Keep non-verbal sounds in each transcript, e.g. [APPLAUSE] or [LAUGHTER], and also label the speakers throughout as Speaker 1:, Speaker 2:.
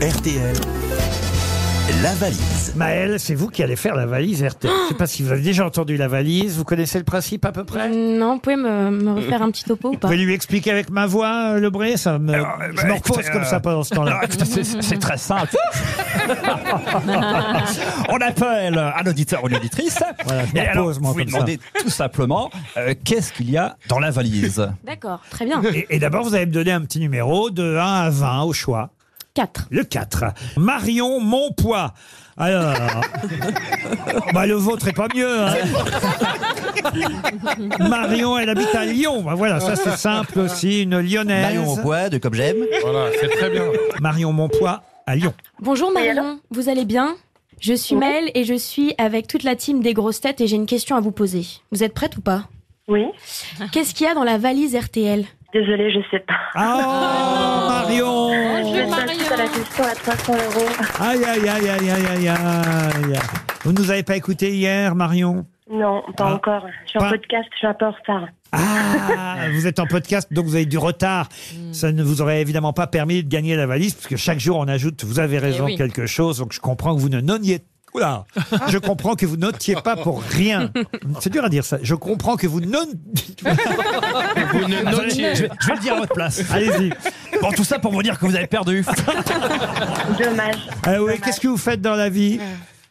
Speaker 1: RTL. La valise.
Speaker 2: Maëlle, c'est vous qui allez faire la valise RTL. Je ne sais pas si vous avez déjà entendu la valise. Vous connaissez le principe à peu près Vous
Speaker 3: Euh, Non, vous pouvez me, me refaire un petit topo ou pas
Speaker 2: pouvez lui expliquer avec ma voix, euh, Lebré ça me...
Speaker 4: euh,
Speaker 2: Je
Speaker 4: bah,
Speaker 2: me repose
Speaker 4: écoutez,
Speaker 2: comme
Speaker 4: euh,
Speaker 2: ça pendant
Speaker 4: [LAUGHS]
Speaker 2: ce temps-là.
Speaker 4: Ah, écoutez, c'est- C'est c'est très
Speaker 2: [LAUGHS]
Speaker 4: simple. On appelle un auditeur ou une auditrice.
Speaker 2: Voilà, je me
Speaker 4: et alors,
Speaker 2: repose, moi,
Speaker 4: vous lui
Speaker 2: comme ça.
Speaker 4: demandez tout simplement euh, qu'est-ce qu'il y a dans la
Speaker 2: [LAUGHS]
Speaker 4: valise.
Speaker 3: D'accord, très bien.
Speaker 2: Et, et d'abord, vous allez me donner un petit numéro de 1 à 20 au choix.
Speaker 3: 4.
Speaker 2: Le 4. Marion Monpois. Alors.
Speaker 4: [LAUGHS]
Speaker 2: bah, le vôtre est pas mieux. hein. Marion, elle habite à Lyon. Bah, voilà, ça c'est simple aussi. Une lyonnaise.
Speaker 4: bois de comme j'aime.
Speaker 5: Voilà, c'est très [LAUGHS] bien.
Speaker 2: Marion Monpois à Lyon.
Speaker 3: Bonjour Marion, vous allez bien Je suis Mel et je suis avec toute la team des grosses têtes et j'ai une question à vous poser. Vous êtes prête ou pas
Speaker 6: Oui.
Speaker 3: Qu'est-ce qu'il y a dans la valise RTL
Speaker 6: Désolée, je sais pas.
Speaker 4: Oh,
Speaker 2: Ah, Marion
Speaker 6: Je passe à la question à 300 euros.
Speaker 2: Aïe, aïe, aïe, aïe, aïe, aïe, aïe. Vous nous avez pas écouté hier, Marion
Speaker 6: Non, pas
Speaker 2: Ah.
Speaker 6: encore. Je suis en
Speaker 2: Pas-
Speaker 6: podcast, je suis un peu en retard.
Speaker 2: Ah, vous êtes en podcast, donc vous avez du retard. Ça ne vous aurait évidemment pas permis de gagner la valise, puisque chaque jour on ajoute, vous avez raison,
Speaker 3: oui.
Speaker 2: quelque chose, donc je comprends que vous ne notiez Oula, je comprends que vous notiez pas pour rien. C'est dur à dire ça. Je comprends que vous non.
Speaker 5: Ah, Vous ne notiez.
Speaker 4: Je, vais- je vais le dire à votre place.
Speaker 2: Allez-y.
Speaker 4: Bon, tout ça pour vous dire que vous avez perdu.
Speaker 6: Dommage.
Speaker 2: Ah oui, qu'est-ce que vous faites dans la vie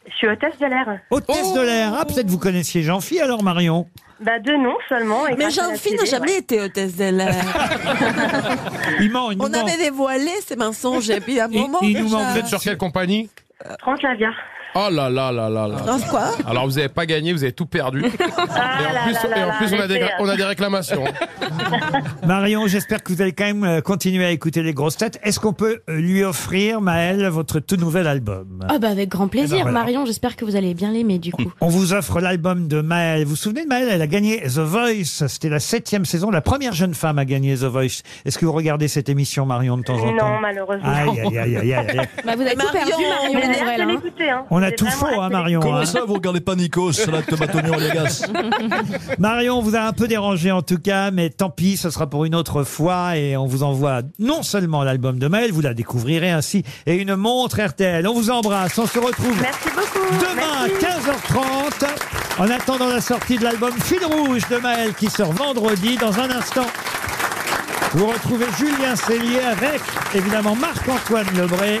Speaker 6: Je suis hôtesse de l'air.
Speaker 2: Hôtesse de l'air. Ah, peut-être vous connaissiez Jean-Phi alors, Marion.
Speaker 6: Bah, deux noms seulement. Et
Speaker 7: Mais
Speaker 6: grâce à la
Speaker 7: Jean-Phil n'a
Speaker 6: télé,
Speaker 7: jamais
Speaker 6: ouais.
Speaker 7: été hôtesse
Speaker 2: [LAUGHS]
Speaker 7: de l'air.
Speaker 2: Il manque. il
Speaker 7: On
Speaker 2: nous manque.
Speaker 7: avait dévoilé ses mensonges et puis à un
Speaker 2: Il-
Speaker 7: moment.
Speaker 2: il nous
Speaker 7: déjà-
Speaker 2: manque
Speaker 5: Vous êtes sur quelle compagnie
Speaker 6: Franck Laviard.
Speaker 5: Oh là là là là là.
Speaker 7: Dans quoi
Speaker 5: Alors vous avez pas gagné, vous avez tout perdu. Et
Speaker 6: Ah
Speaker 5: en
Speaker 6: là
Speaker 5: plus,
Speaker 6: là là
Speaker 5: et en
Speaker 6: là,
Speaker 5: plus, on, a
Speaker 6: arrêtez,
Speaker 5: des,
Speaker 6: là.
Speaker 5: on a des réclamations.
Speaker 2: Marion, j'espère que vous allez quand même euh, continuer à écouter les grosses têtes. Est-ce qu'on peut euh, lui offrir, Maëlle, votre tout nouvel album
Speaker 3: Ah bah avec grand plaisir.
Speaker 2: voilà.
Speaker 3: Marion, j'espère que vous allez bien l'aimer du coup.
Speaker 2: On vous offre l'album de Maëlle. Vous vous souvenez de Maëlle Elle a gagné The Voice. C'était la septième saison. La première jeune femme à gagner The Voice. Est-ce que vous regardez cette émission, Marion, de temps en temps
Speaker 6: Non, malheureusement.
Speaker 2: Aïe, aïe, aïe, aïe, aïe, aïe.
Speaker 3: Bah, vous avez tout
Speaker 7: Marion,
Speaker 3: perdu Marion,
Speaker 6: Mais
Speaker 3: en
Speaker 6: d'ailleurs,
Speaker 3: vrai,
Speaker 6: je
Speaker 3: là,
Speaker 6: l'ai
Speaker 3: hein.
Speaker 6: écouté, hein.
Speaker 2: On a
Speaker 6: J'ai
Speaker 2: tout
Speaker 6: vraiment
Speaker 2: faux, hein,
Speaker 6: assez-
Speaker 2: Marion. hein.
Speaker 4: vous regardez pas Nikos, salade tomate oignon légas
Speaker 2: Marion, on vous a un peu dérangé en tout cas, mais tant pis, ce sera pour une autre fois et on vous envoie non seulement l'album de Maëlle, vous la découvrirez ainsi, et une montre RTL. On vous embrasse, on se retrouve
Speaker 6: Merci beaucoup.
Speaker 2: demain
Speaker 6: Merci.
Speaker 2: à 15h30 en attendant la sortie de l'album Fil Rouge de Maël qui sort vendredi dans un instant. Vous retrouvez Julien Cellier avec évidemment Marc-Antoine Lebray.